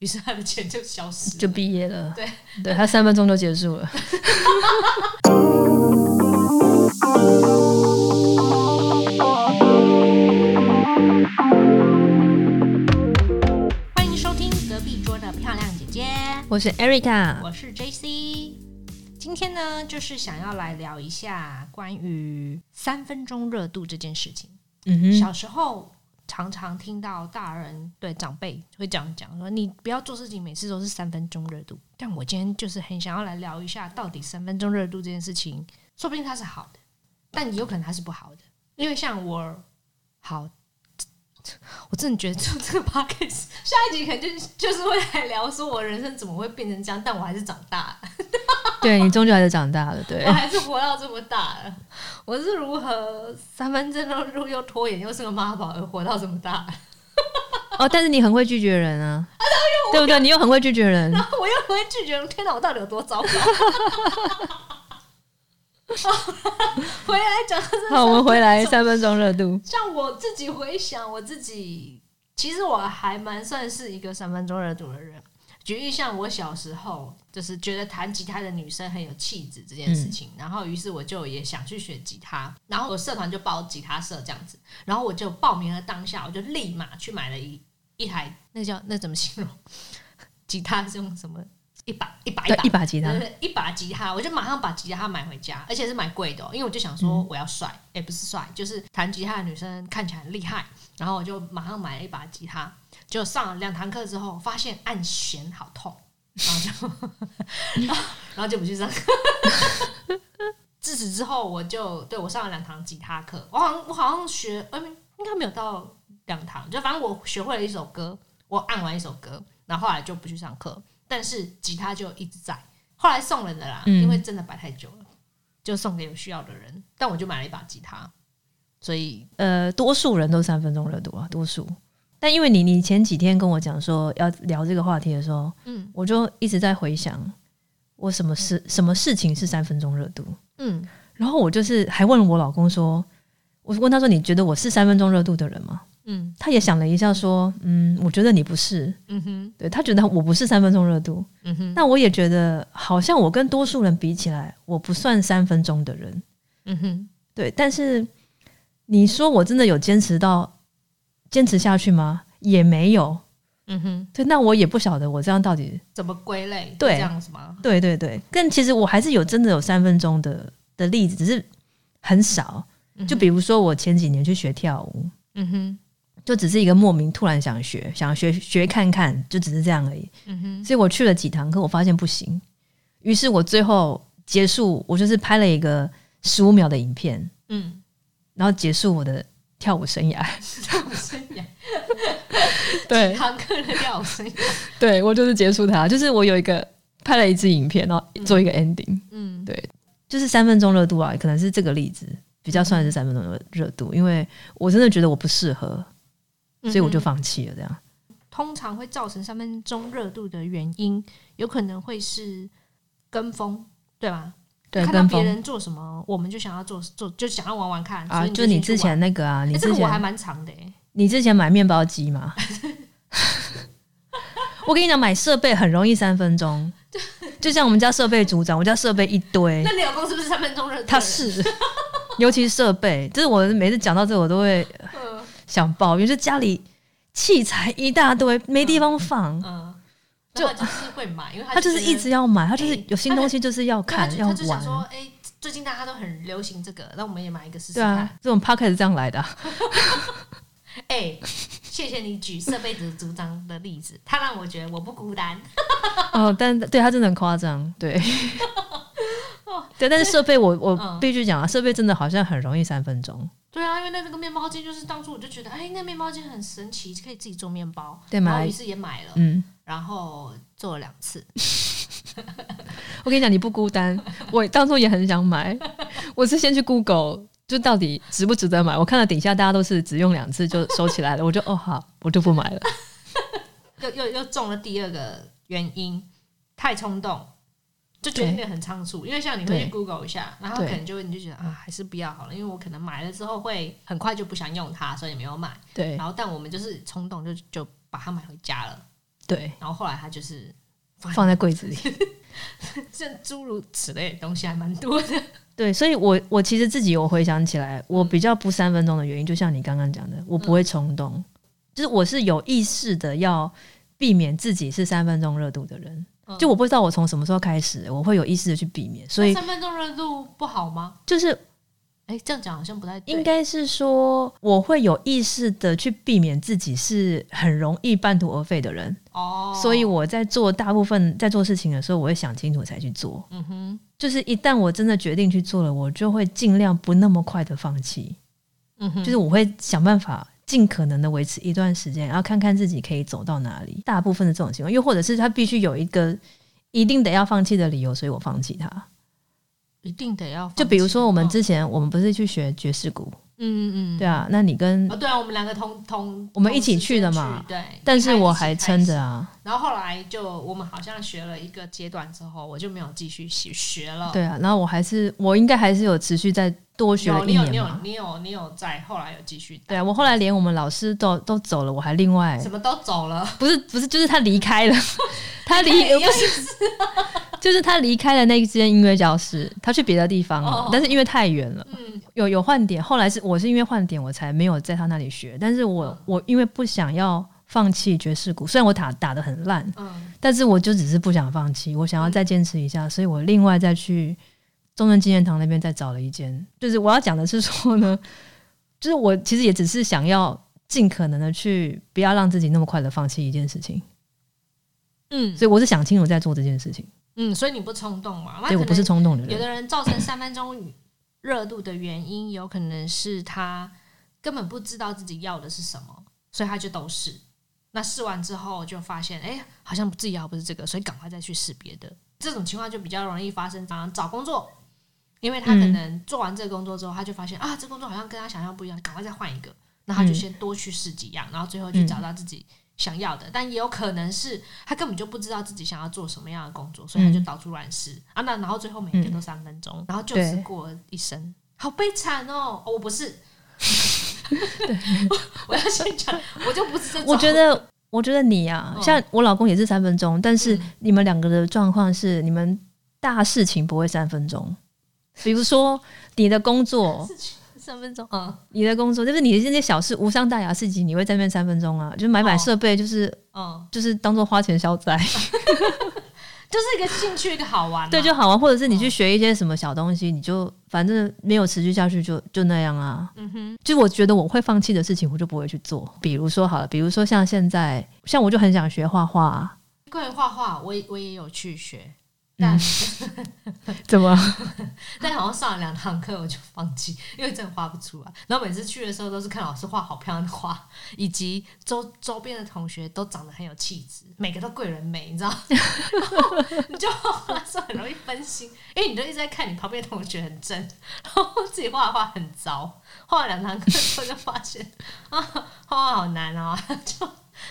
于是他的钱就消失了。就毕业了。对，对他三分钟就结束了。欢迎收听隔壁桌的漂亮姐姐， 我是 Erica，我是 J C。今天呢，就是想要来聊一下关于三分钟热度这件事情。嗯哼，小时候常常听到大人对长辈会这样讲说：“你不要做事情，每次都是三分钟热度。”但我今天就是很想要来聊一下，到底三分钟热度这件事情，说不定它是好的，但也有可能它是不好的。因为像我，好，我真的觉得做这个 podcast 下一集可能就就是会来聊说我人生怎么会变成这样，但我还是长大了。对你终究还是长大了，对我，还是活到这么大了，我是如何三分钟热度又拖延又是个妈宝而活到这么大了？哦，但是你很会拒绝人 啊，对不对？你又很会拒绝 人，我又不会拒绝，天哪，我到底有多糟糕？ 哦回来讲，好，我们回来三分钟热度，像我自己回想，我自己其实我还蛮算是一个三分钟热度的人。举例像我小时候，就是觉得弹吉他的女生很有气质这件事情，然后于是我就也想去学吉他，然后我社团就报吉他社这样子，然后我就报名了当下，我就立马去买了一一台，那叫那怎么形容？ 吉他是用什么？一把一把一哎对把，一把吉他对，对一把吉他，我就马上把吉他买回家，而且是买贵的哦、因为我就想说嗯我要帅，也、不是帅，就是弹吉他的女生看起来很厉害，然后我就马上买了一把吉他，就上了两堂课之后，发现按弦好痛，然后就 然后然后就不去上课。自此之后，我就对我上了两堂吉他课，我好像我好像学，呃，应该没有到两堂，就反正我学会了一首歌，我按完一首歌，然后后来就不去上课，但是吉他就一直在。后来送人的啦，嗯因为真的摆太久了，就送给有需要的人。但我就买了一把吉他，所以呃，多数人都三分钟热度啊，多数。但因为你，你前几天跟我讲说要聊这个话题的时候，嗯我就一直在回想我什么事、什么事情是三分钟热度。嗯，然后我就是还问我老公说，我问他说你觉得我是三分钟热度的人吗？嗯他也想了一下说，嗯，我觉得你不是，嗯哼，对他觉得我不是三分钟热度。嗯哼，那我也觉得好像我跟多数人比起来，我不算三分钟的人。嗯哼，对，但是你说我真的有坚持到坚持下去吗？也没有。嗯哼，对，那我也不晓得我这样到底怎么归类？对这样子吗？对对对。但其实我还是有真的有三分钟的的例子，只是很少。就比如说我前几年去学跳舞，嗯哼，就只是一个莫名突然想学，想学学看看，就只是这样而已。嗯哼，所以我去了几堂课，我发现不行，于是我最后结束，我就是拍了一个十五秒的影片，嗯， 然后结束我的跳舞生涯。跳舞生涯，对，堂客的跳舞生涯， 对我就是结束它，就是我有一个拍了一支影片，然后做一个 ending，、嗯就是三分钟热度啊，可能是这个例子比较算是三分钟的热度，因为我真的觉得我不适合，所以我嗯就放弃了。这样，通常会造成三分钟热度的原因，有可能会是跟风，对吧？对，看到跟别风人做什么，我们就想要做做，就想要玩玩看啊，所以就先你去之前玩那个啊，你哎这之个前、我还蛮长的、欸，你之前买面包机吗？ 我跟你讲，买设备很容易三分钟，就像我们家设备组长，我家设备一堆那，你老公是不是三分钟热度？他，是，尤其是设备，就是我每次讲到这，我都会嗯想抱怨，就家里器材一大堆，没地方放，嗯， 就就就是会买，因为他就是一直要买，他就是哎有新东西就是要看，看对他要就他就想说，玩，哎、最近大家都很流行这个，那我们也买一个试试对看。啊，这种 p o c k e t 是这样 来的啊、哎、谢谢你举设备组组长的例子，他让我觉得我不孤单。哦，但对他真的很夸张， 对。对，但是设备我我嗯必须讲啊，设备真的好像很容易三分钟，对啊，因为那那个面包机就是当初我就觉得，哎、那面包机很神奇，可以自己做面包，对然买后来于是也买了，嗯，然后做了两次。我跟你讲，你不孤单。我当初也很想 买，我是先去 Google，就到底值不值得买。我看到底下大家都是只用两次就收起来了，我就哦好，我就不买了。又又又中了第二个原因，太冲动，就决定很仓促。因为像你会对去 Google 一下，然后对可能就你就觉得啊，还是不要好了，因为我可能买了之后会很快就不想用它，所以没有买。对然后但我们就是冲动就就把它买回家了，对，然后后来他就是 放在柜子里。这诸如此类的东西还蛮多的。 对，所以我我其实自己我回想起来，我比较不三分钟的原因，就像你刚刚讲的，我不会冲动，就是我是有意识的要避免自己是三分钟热度的人。嗯就我不知道我从什么时候开始，我会有意识的去避免，所以那三分钟热度不好吗？就是哎、这样讲好像不太对应该是说，我会有意识的去避免自己是很容易半途而废的人，哦。所以我在做大部分在做事情的时候，我会想清楚才去做。嗯哼，就是一旦我真的决定去做了，我就会尽量不那么快的放弃，嗯哼，就是我会想办法尽可能的维持一段时间，然后看看自己可以走到哪里。大部分的这种情况，又或者是他必须有一个一定得要放弃的理由，所以我放弃它。一定得要放就比如弃说我们哦之前我们不是去学爵士鼓，嗯嗯嗯，对啊，那你跟哦，对啊，我们两个同同我们一起同时去的间嘛对。但一是开我一起开还撑始着啊，然后后来就我们好像学了一个阶段之后，我就没有继续学学了。对啊，然后我还是我应该还是有持续在多学有了你一有你年有嘛。你有你有在后来有继续对啊，我后来连我们老师都都走了，我还另外什么都走了，不是不是，就是他离 开了，他离哎不 是，就是他离开了那一间音乐教室，他去别的地方了，哦但是因为太远了，嗯有有换点。后来是我是因为换点，我才没有在他那里学，但是嗯我我因为不想要放弃爵士鼓，虽然我打打的很烂，嗯但是我就只是不想放弃，我想要再坚持一下，所以我另外再去中正纪念堂那边再找了一间。就是我要讲的是说呢， 就是我其实也只是想要尽可能的去不要让自己那么快的放弃一件事情，嗯所以我是想清楚在做这件事情。嗯，所以你不冲动嘛？那对可我不是能冲动的有人，的人造成三分钟热度的原因，有可能是他根本不知道自己要的是什么，所以他就都试。那试完之后就发现，哎、好像自己要不是这个，所以赶快再去试别的。这种情况就比较容易发生。常常找工作，因为他可嗯能做完这个工作之后，他就发现啊，这工作好像跟他想象不一样，赶快再换一个。那他就嗯先多去试几样，然后最后去嗯找到自己想要的。但也有可能是他根本就不知道自己想要做什么样的工作，所以他就嗯到处乱试、啊。那然后最后每天都三分钟，然后就此对过了一生，好悲惨哦！哦我不是， 我我要先讲，我就不是这种。我觉得。我觉得你啊，嗯像我老公也是三分钟，但是嗯你们两个的状况是，你们大事情不会三分钟。比如说你的工作，三分钟，嗯你的工作，就是你的这些小事无伤大雅的事情，你会在那边三分钟啊，就是买买哦设备，就是、嗯，就是当做花钱消灾，就是一个兴趣，一个好玩嘛、 啊对就好玩。或者是你去嗯学一些什么小东西，你就反正没有持续下去就，就那样啊。嗯哼，就我觉得我会放弃的事情，我就不会去做。比如说好了，比如说像现在，像我就很想学画画啊，关于画画，我也我也有去学，嗯但、怎么？但好像上了两堂课我就放弃，因为真的画不出来。然后每次去的时候都是看老师画好漂亮的画，以及周周边的同学都长得很有气质，每个都贵人美，你知道？然后你就画的时候很容易分心，因为你就一直在看你旁边的同学很正，然后自己画的画很糟。画了两堂课之后就发现啊，画画好难哦， 就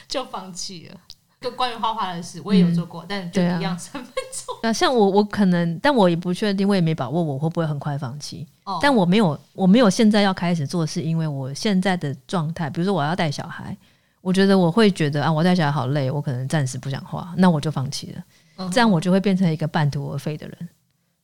就放弃了。就关于画画的事，我也有做过，但就对啊一样三分钟。 那像我，我可能，但我也不确定，我也没把握，我会不会很快放弃。哦但我没有，我没有现在要开始做，是因为我现在的状态，比如说我要带小孩，我觉得我会觉得啊，我带小孩好累，我可能暂时不想画，那我就放弃了，嗯哼这样我就会变成一个半途而废的人。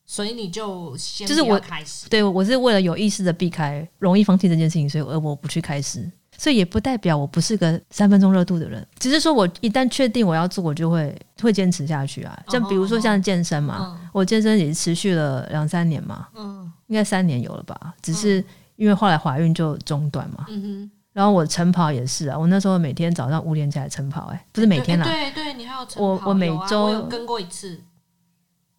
所以你就先就是不要我开始，对我是为了有意识的避开容易放弃这件事情，所以而我不去开始，所以也不代表我不是个三分钟热度的人，只是说我一旦确定我要做，我就会会坚持下去啊。像比如说像健身嘛，嗯我健身也持续了两三年嘛，嗯应该三年有了吧，只是因为后来怀孕就中断嘛。嗯哼。然后我晨跑也是啊，我那时候每天早上五点起来晨跑、欸，哎，不是每天啦，对对，你还有晨跑我我每有啊周我有跟过一次，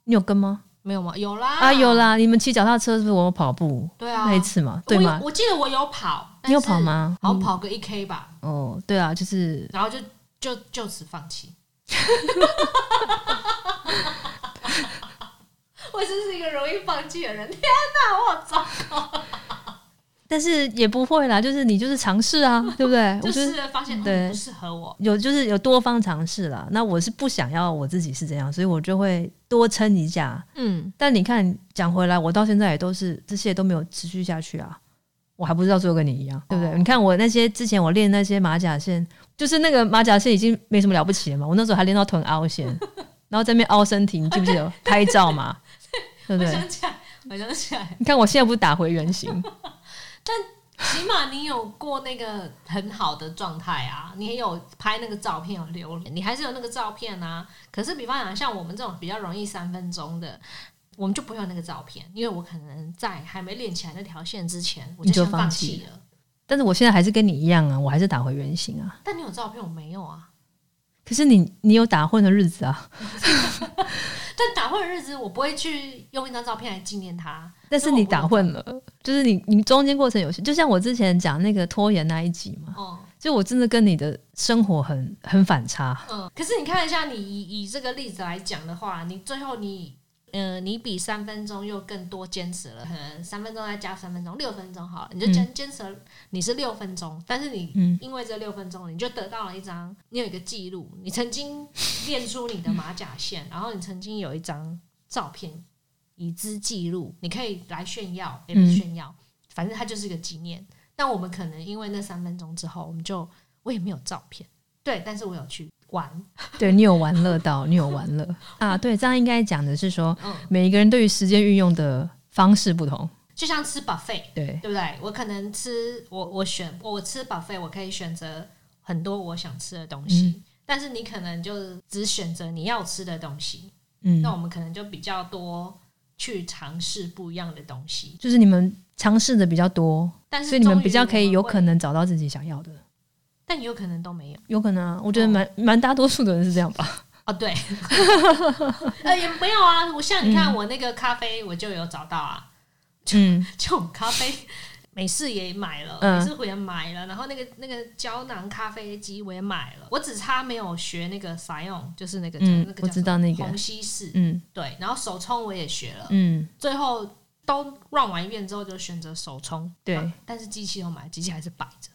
你有跟吗？没有吗？有啦啊，有，啦，你们骑脚踏车是不是我有跑步、对啊，那一次嘛？我对有吗？我记得我有跑，你有但是跑？吗？嗯好像跑个一 k 吧，哦，对啊，就是然后就就就此放 弃。我真是一个容易放弃的人，天哪，我好糟，但是也不会啦，就是你就是尝试 啊，对不对？就我觉是得发现嗯对不适合我，有就是有多方尝试啦。那我是不想要我自己是这样，所以我就会多撑一下。嗯，但你看讲回来，我到现在也都是这些都没有持续下去啊。我还不知道做跟你一样，对不对？你看我那些之前我练那些马甲线，就是那个马甲线已经没什么了不起了嘛。我那时候还练到臀凹陷，然后在那边凹身体，你记不记得拍照嘛？对不我对？想起来，我想起来，你看我现在不是打回原形，起码你有过那个很好的状态啊，你也有拍那个照片有留，你还是有那个照片啊。可是比方讲，像我们这种比较容易三分钟的，我们就不会有那个照片，因为我可能在还没练起来那条线之前，我你就先放放弃弃了。但是我现在还是跟你一样啊，我还是打回原形啊。但你有照片，我没有啊。可是你你有打混的日子啊，但打混的日子，我不会去用一张照片来纪念它。但是你打混了，就是你你中间过程有些，就像我之前讲那个拖延那一集嘛，哦，就我真的跟你的生活很很 反差。嗯，可是你看一下，你以以这个例子来讲的话，你最后你，呃，你比三分钟又更多坚持了，可能三分钟再加三分钟，六分钟好了，你就坚坚持了，你是六分钟，但是你嗯因为这六分钟，你就得到了一张，你有一个记录，你曾经练出你的马甲线，然后你曾经有一张照片以资记录，你可以来炫耀，哎也不是炫耀，反正它就是一个纪念。但我们可能因为那三分钟之后，我们就我也没有照片，对，但是我有去玩，对你有玩乐到，你有玩 乐啊。对，这样应该讲的是说，嗯，每一个人对于时间运用的方式不同。就像吃 buffet，对，对不对？我可能吃我我选我吃 buffet，我可以选择很多我想吃的东西，嗯但是你可能就只选择你要吃的东西，嗯那，我们可能就比较多去尝试不一样的东西，就是你们尝试的比较多，但是所以你终们于比较可以有我们会可，能找到自己想要的。但也有可能都没有有可能啊，我觉得蛮蛮、大多数的人是这样吧。哦， 对，呃也没有啊，我像你看我那个咖啡，我就有找到啊，嗯， 就我们咖啡。美式也买了，嗯美式我也买了，然后那个那个胶囊咖啡机我也买了，我只差没有学那个 Sion，就是那个、嗯那个我叫知道那个虹吸式，嗯对，然后手冲我也学了，嗯，最后都 run 完一遍之后就选择手冲，对啊但是机器都买了，机器还是摆着，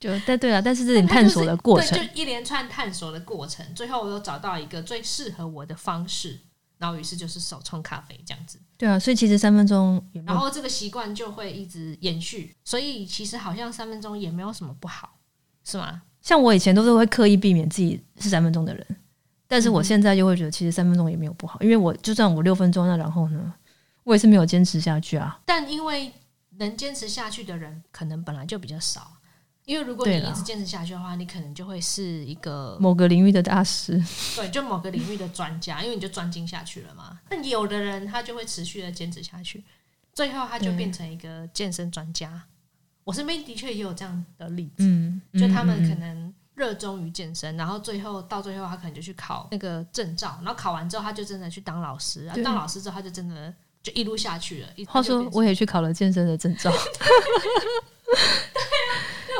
就但对啊，但是这是你探索的过程对，，就一连串探索的过程，最后我又找到一个最适合我的方式，然后于是就是手冲咖啡这样子。对啊，所以其实三分钟也没然有，后这个习惯就会一直延续，所以其实好像三分钟也没有什么不好，是吗？像我以前都是会刻意避免自己是三分钟的人，但是我现在就会觉得其实三分钟也没有不好，因为我就算我六分钟，那然后呢，我也是没有坚持下去啊。但因为能坚持下去的人，可能本来就比较少。因为如果你对啦一直坚持下去的话，你可能就会是一个某个领域的大师，对，就某个领域的专家，因为你就专精下去了嘛。但有的人他就会持续的坚持下去，最后他就对变成一个健身专家。我身边的确也有这样的例子，嗯，就他们可嗯嗯能热衷于健身，然后最后到最后他可能就去考那个证照，然后考完之后他就真的去当老师，然后对当老师之后他就真的就一路下去了。一话说他就变成我也去考了健身的证照，对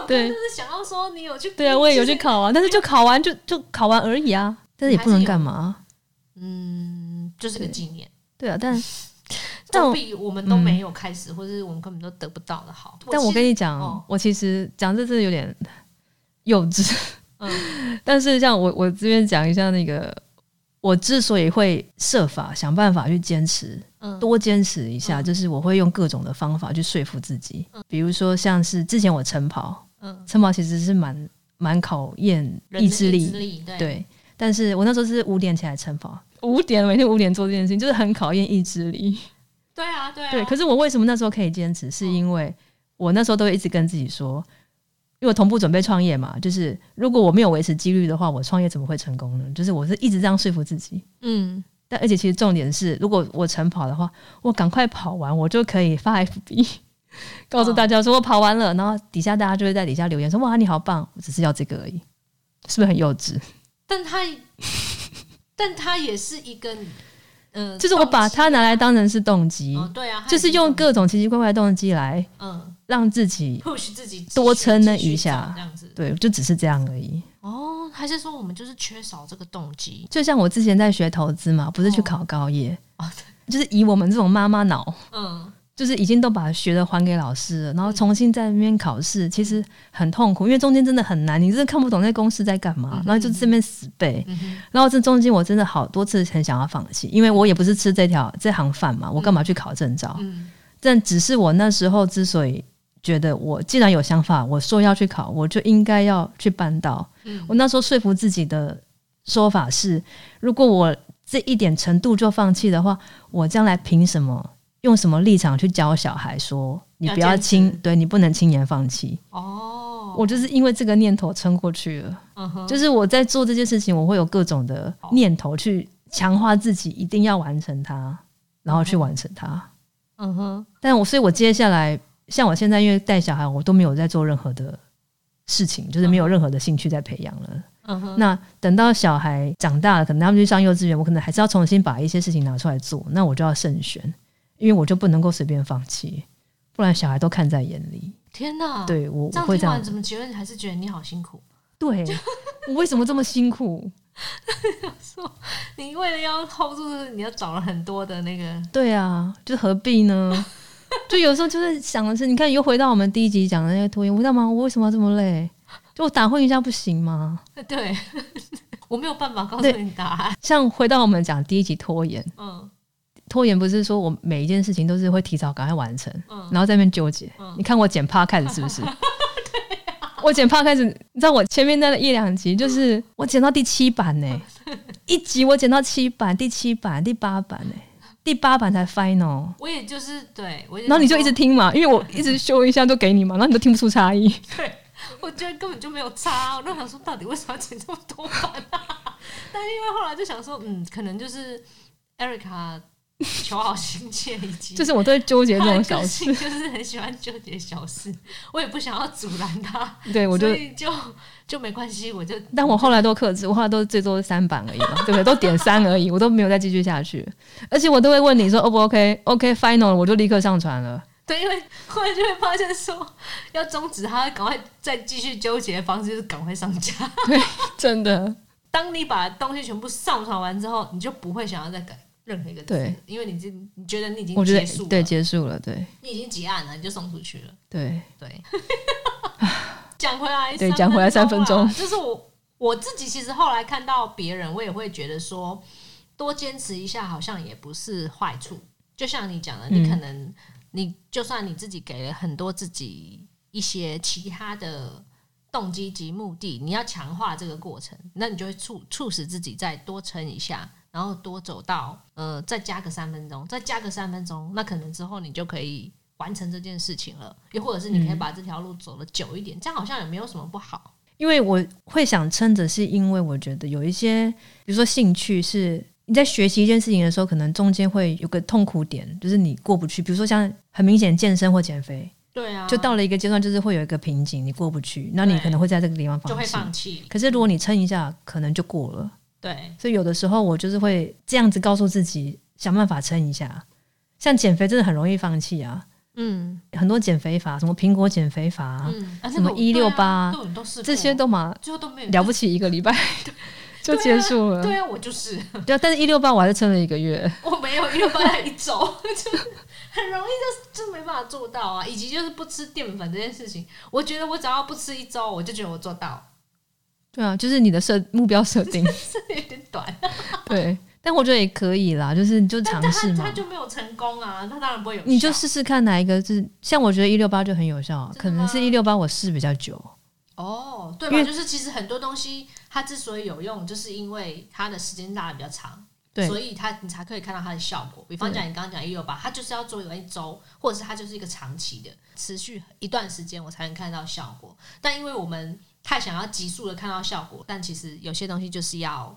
对，我就是想要说你有去， 对啊，我也有就去是，考啊，但是就考完就就考完而已 啊，但是也不能干嘛啊，嗯，就是个纪念。对啊，但但总我嗯比我们都没有开始，或者是我们根本都得不到的好。但我嗯其实跟你讲，哦我其实讲这次有点 幼稚，嗯 但是像我我这边讲一下那个，我之所以会设法想办法去坚持，嗯多坚持一下，嗯就是我会用各种的方法去说服自己，比如说像是之前我晨跑，嗯，晨跑其实是蛮蛮考验人的意志力，意志力对对。但是我那时候是五点起来晨跑，五点每天五点做这件事情，就是很考验意志力。对啊，嗯对啊，对，可是我为什么那时候可以坚持？是因为我那时候都会一直跟自己说，因为我同步准备创业嘛，就是如果我没有维持纪律的话，我创业怎么会成功呢？就是我是一直这样说服自己。嗯，但而且其实重点是，如果我晨跑的话，我赶快跑完，我就可以发 FB，告诉大家说我跑完了，然后底下大家就会在底下留言说哇你好棒，我只是要这个而已，是不是很幼稚？但他但他也是一个，嗯、就是我把它拿来当成是动动机机，哦，对啊，它就是也一用种各种奇奇怪怪的动机来嗯让自己 push 自己继续多撑那继续一下走这样子。对，就只是这样而已。哦，还是说我们就是缺少这个动机？就像我之前在学投资嘛，不是去哦考高业，就是以我们这种妈妈脑，嗯，就是已经都把学的还给老师了，然后重新在那边考嗯试，其实很痛苦，因为中间真的很难，你真的看不懂那公式在干嗯嘛，然后就这边死背。然后这中间我真的嗯好多次很想要放弃，因为我也不是吃这条这行饭嘛，我干嘛去考证照？但只是我那时候之所以觉得我既然有想法，我说要去考，我就应该要去办到。嗯我那时候说服自己的说法是，如果我这一点程度就放弃的话，我将来凭什么用什么立场去教小孩说你要不要坚持轻，对你不能轻言放弃？哦，我就是因为这个念头撑过去了。嗯哼，就是我在做这件事情，我会有各种的念头去强化自己，一定要完成它，然后去完成它。嗯哼，但我所以，我接下来像我现在因为带小孩，我都没有在做任何的事情，就是没有任何的兴趣在培养了。嗯哼，那等到小孩长大了，可能他们去上幼稚园，我可能还是要重新把一些事情拿出来做，那我就要慎选，因为我就不能够随便放弃，不然小孩都看在眼里。天哪，，对我，哦这我样会这听样完，怎么结论还是觉得你好辛苦？对我为什么这么辛苦？ 你为了要 hold 住，你要找了很多的那个，对啊，就何必呢？就有时候就是想的是，你看又回到我们第一集讲的那个拖延，我干嘛？我为什么要这么累？就我打混一下不行吗？ 对 我没有办法告诉对你答案，像回到我们讲第一集拖延，嗯拖延不是说我每一件事情都是会提早赶快完成，嗯，然后在那边纠结。嗯你看我剪 p 开始是 不是？我剪 p 开始，你知道我前面那一两集嗯就是我剪到第七版呢、 一集我剪到七版、第七版、第八版呢、第八版才 final。我也就是对啊我，然后你就一直，听嘛，因为我一直修一下就给你嘛，然后你都听不出 差异。我觉得根本就没有差，啊我就想说到底为什么要剪这么多版啊？ 但是因为后来就想说，嗯，可能就是 Erica 求好心切以 及就是我都会纠结这他的种 小个事，性就是很喜欢纠结小事，我也不想要阻拦他，对 我就所，以就就没关系，我就但我后来都克制，我后来都最多三版而已嘛，对不对？都点三而已，我都没有再继续下去。而且我都会问你说 O 不 OK？OK final，我就立刻上传了。对，因为后来就会发现说要终止他，赶快再继续纠结的方式就是赶快上架。 真的，当你把东西全部上传完之后，你就不会想要再改任何一个字，对，因为你自己你觉得你已经我觉结束得了，对，结束了，对你已经结案了，你就送出去了。对， 对，讲回来，对讲回来三分钟啦啊就是我我自己其实后来看到别人，我也会觉得说，多坚持一下好像也不是坏处。就像你讲的，你可能、你就算你自己给了很多自己一些其他的动机及目的，你要强化这个过程，那你就会促促使自己再多撑一下。然后多走到呃，再加个三分钟，再加个三分钟，那可能之后你就可以完成这件事情了，又或者是你可以把这条路走得久一点，这样好像也没有什么不好。因为我会想撑着，是因为我觉得有一些，比如说兴趣是。你在学习一件事情的时候，可能中间会有个痛苦点，就是你过不去。比如说像很明显健身或减肥，对啊，就到了一个阶段，就是会有一个瓶颈，你过不去，那你对可能会在这个地方放就会弃。放弃。可是如果你撑一下，可能就过了。对，所以有的时候我就是会这样子告诉自己，想办法撑一下。像减肥真的很容易放弃啊，嗯很多减肥法，什么苹果减肥法啊、嗯，啊什么168啊都都是这些都嘛最后都没有了不起，一个 礼拜就结束了。对啊，我就是 对啊，但是一六八我还是撑了一个月。我没有一六八一周， 就是很容易就就没办法做到啊。以及就是不吃淀粉这件事情，我觉得我只要不吃一周，我就觉得我做到， 对啊，就是你的设目标设定，这有点短。对。但我觉得也可以啦，就是你就尝但但试他嘛他。就没有成功啊，他当然不会有效。你就试试看哪一个是，像我觉得一六八就很有效啊，真的可能吗是一六八我试比较久，哦，对因吧？为就是其实很多东西它之所以有用，就是因为它的时间拉的比较长，对所以它你才可以看到它的效果。比方讲，你刚刚讲一六八，它就是要做一周，或者是它就是一个长期的，持续一段时间我才能看到效果。但因为我们太想要急速的看到效果，但其实有些东西就是要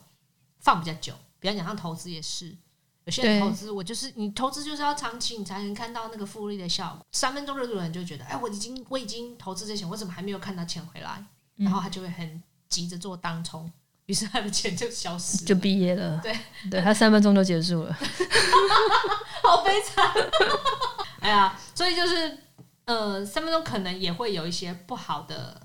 放比较久。比方讲，像投资也是。有些人对投资，我就是你投资就是要长期，你才能看到那个复利的效果。三分钟热度的人就觉得，哎，我已经我已经投资这钱，我怎么还没有看到钱回来？嗯然后他就会很急着做当冲，于是他的钱就消失了，就毕业了。对，对他三分钟就结束了。好悲惨。 哎呀，所以就是呃，三分钟可能也会有一些不好的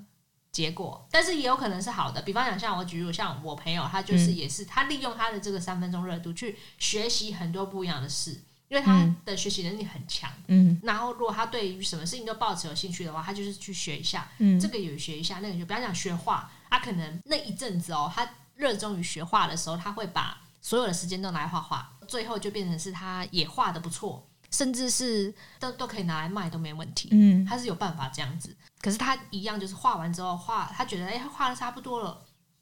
结果，但是也有可能是好的。比方讲，像我举例，像我朋友，他就是嗯也是、他利用他的这个三分钟热度去学习很多不一样的事，因为他嗯的学习能力很强。嗯然后，如果他对于什么事情都抱持有兴趣的话，他就是去学一下，嗯这，个有学一下，那个就不要讲学画，他可能那一阵子哦，他热衷于学画的时候，他会把所有的时间都拿来画画，最后就变成是他也画的不错，甚至是都都可以拿来卖都没问题。嗯，他是有办法这样子，可是他一样就是画完之后画，他觉得哎、诶他画的差不多了，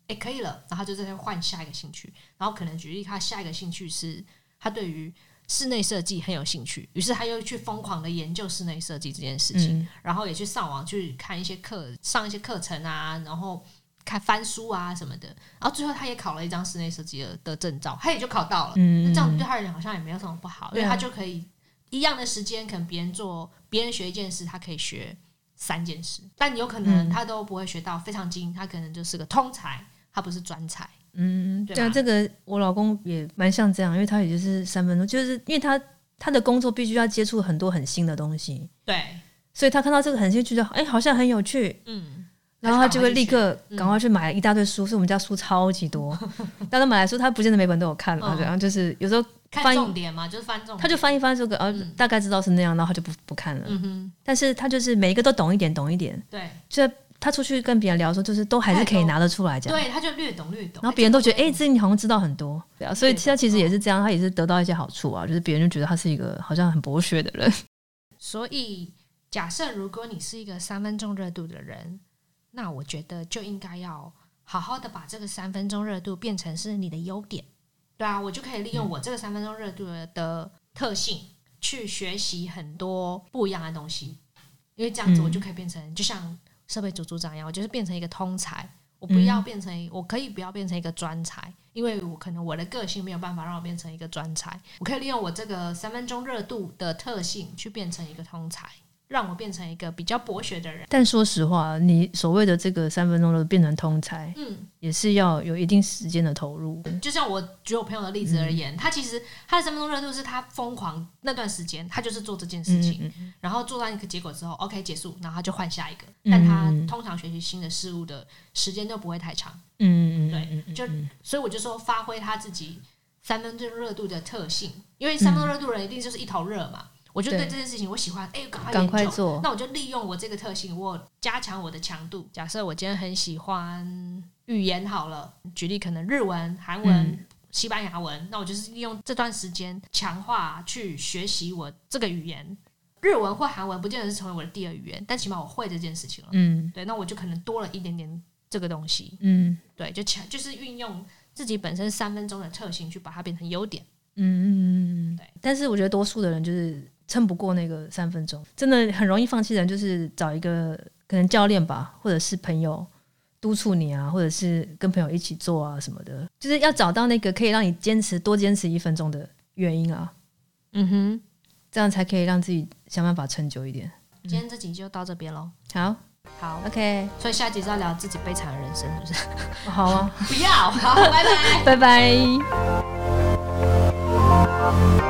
哎、可以了，然后他就在那换下一个兴趣，然后可能举例他下一个兴趣是他对于室内设计很有兴趣，于是他又去疯狂的研究室内设计这件事情，嗯然后也去上网去看一些课，上一些课程啊，然后看翻书啊什么的，然后最后他也考了一张室内设计的的证照，他也就考到了。那嗯这样对他而言好像也没有什么不好，因对为啊他就可以一样的时间，可能别人做别人学一件事，他可以学三件事，但有可能他都不会学到非常精，他可能就是个通才，他不是专才。嗯，对对啊，吧这个我老公也蛮像这样，因为他也就是三分钟，就是因为他他的工作必须要接触很多很新的东西，对，所以他看到这个很新，觉得哎、好像很有 趣，嗯，然后他就赶会快去立刻学嗯赶快去买一大堆书，所以我们家书超 级多。但他买来书，他不见得每本都有看了，嗯然后就是有时候看翻译重点嘛，就是翻重点。他就翻一翻这个，呃嗯，大概知道是那样，然后他就不不看了。嗯哼，但是他就是每一个都懂一点，懂一点，对，就他出去跟别人聊的时候，就是都还是可以拿得出来这样。对，他就略懂略懂。然后别人都觉得，哎、哎这你好像知道很多，对啊，所以对他其实也是这样，他也是得到一些好处啊，就是别人就觉得他是一个好像很博学的人，所以，假设如果你是一个三分钟热度的人，那我觉得就应该要好好的把这个三分钟热度变成是你的优点。对啊，我就可以利用我这个三分钟热度的特性去学习很多不一样的东西，因为这样子嗯我就可以变成、就像设备组组长一样，我就是变成一个通才。我不嗯要变成，我可以不要变成一个专才，因为我可能我的个性没有办法让我变成一个专才。我可以利用我这个三分钟热度的特性去变成一个通才，让我变成一个比较博学的人。但说实话，你所谓的这个三分钟都变成通才，嗯，也是要有一定时间的投入。嗯就像我举我朋友的例子而言，他其实他的三分钟热度是他疯狂那段时间，他就是做这件事情，嗯然后做到一个结果之后，OK 结束，然后他就换下一个。嗯但他通常学习新的事物的时间都不会太长，嗯嗯，对嗯嗯就所以我就说发挥他自己三分钟热度的特性，因为三分钟热度的人一定就是一头热嘛。我就对嗯对这件事情我喜欢，哎、赶快赶研快究做。那我就利用我这个特性，我加强我的强度。假设我今天很喜欢语言好了，举例可能日文、韩文、嗯西班牙文，那我就是利用这段时间强化去学习我这个语言。日文或韩文不见得是成为我的第二语言，但起码我会这件事情了。嗯对，那我就可能多了一点点这个东西。嗯对，就强就是运用自己本身三分钟的特性去把它变成优点。嗯嗯嗯对。但是我觉得多数的人就是撑不过那个三分钟，真的很容易放弃的人，就是找一个可能教练吧，或者是朋友督促你啊，或者是跟朋友一起做啊什么的，就是要找到那个可以让你坚持多坚持一分钟的原因啊，嗯哼，这样才可以让自己想办法撑久一点。今天这集就到这边喽。好好， ，OK，所以下集是要聊自己悲惨的人生，是不是？好啊，不要，好，拜拜。拜拜。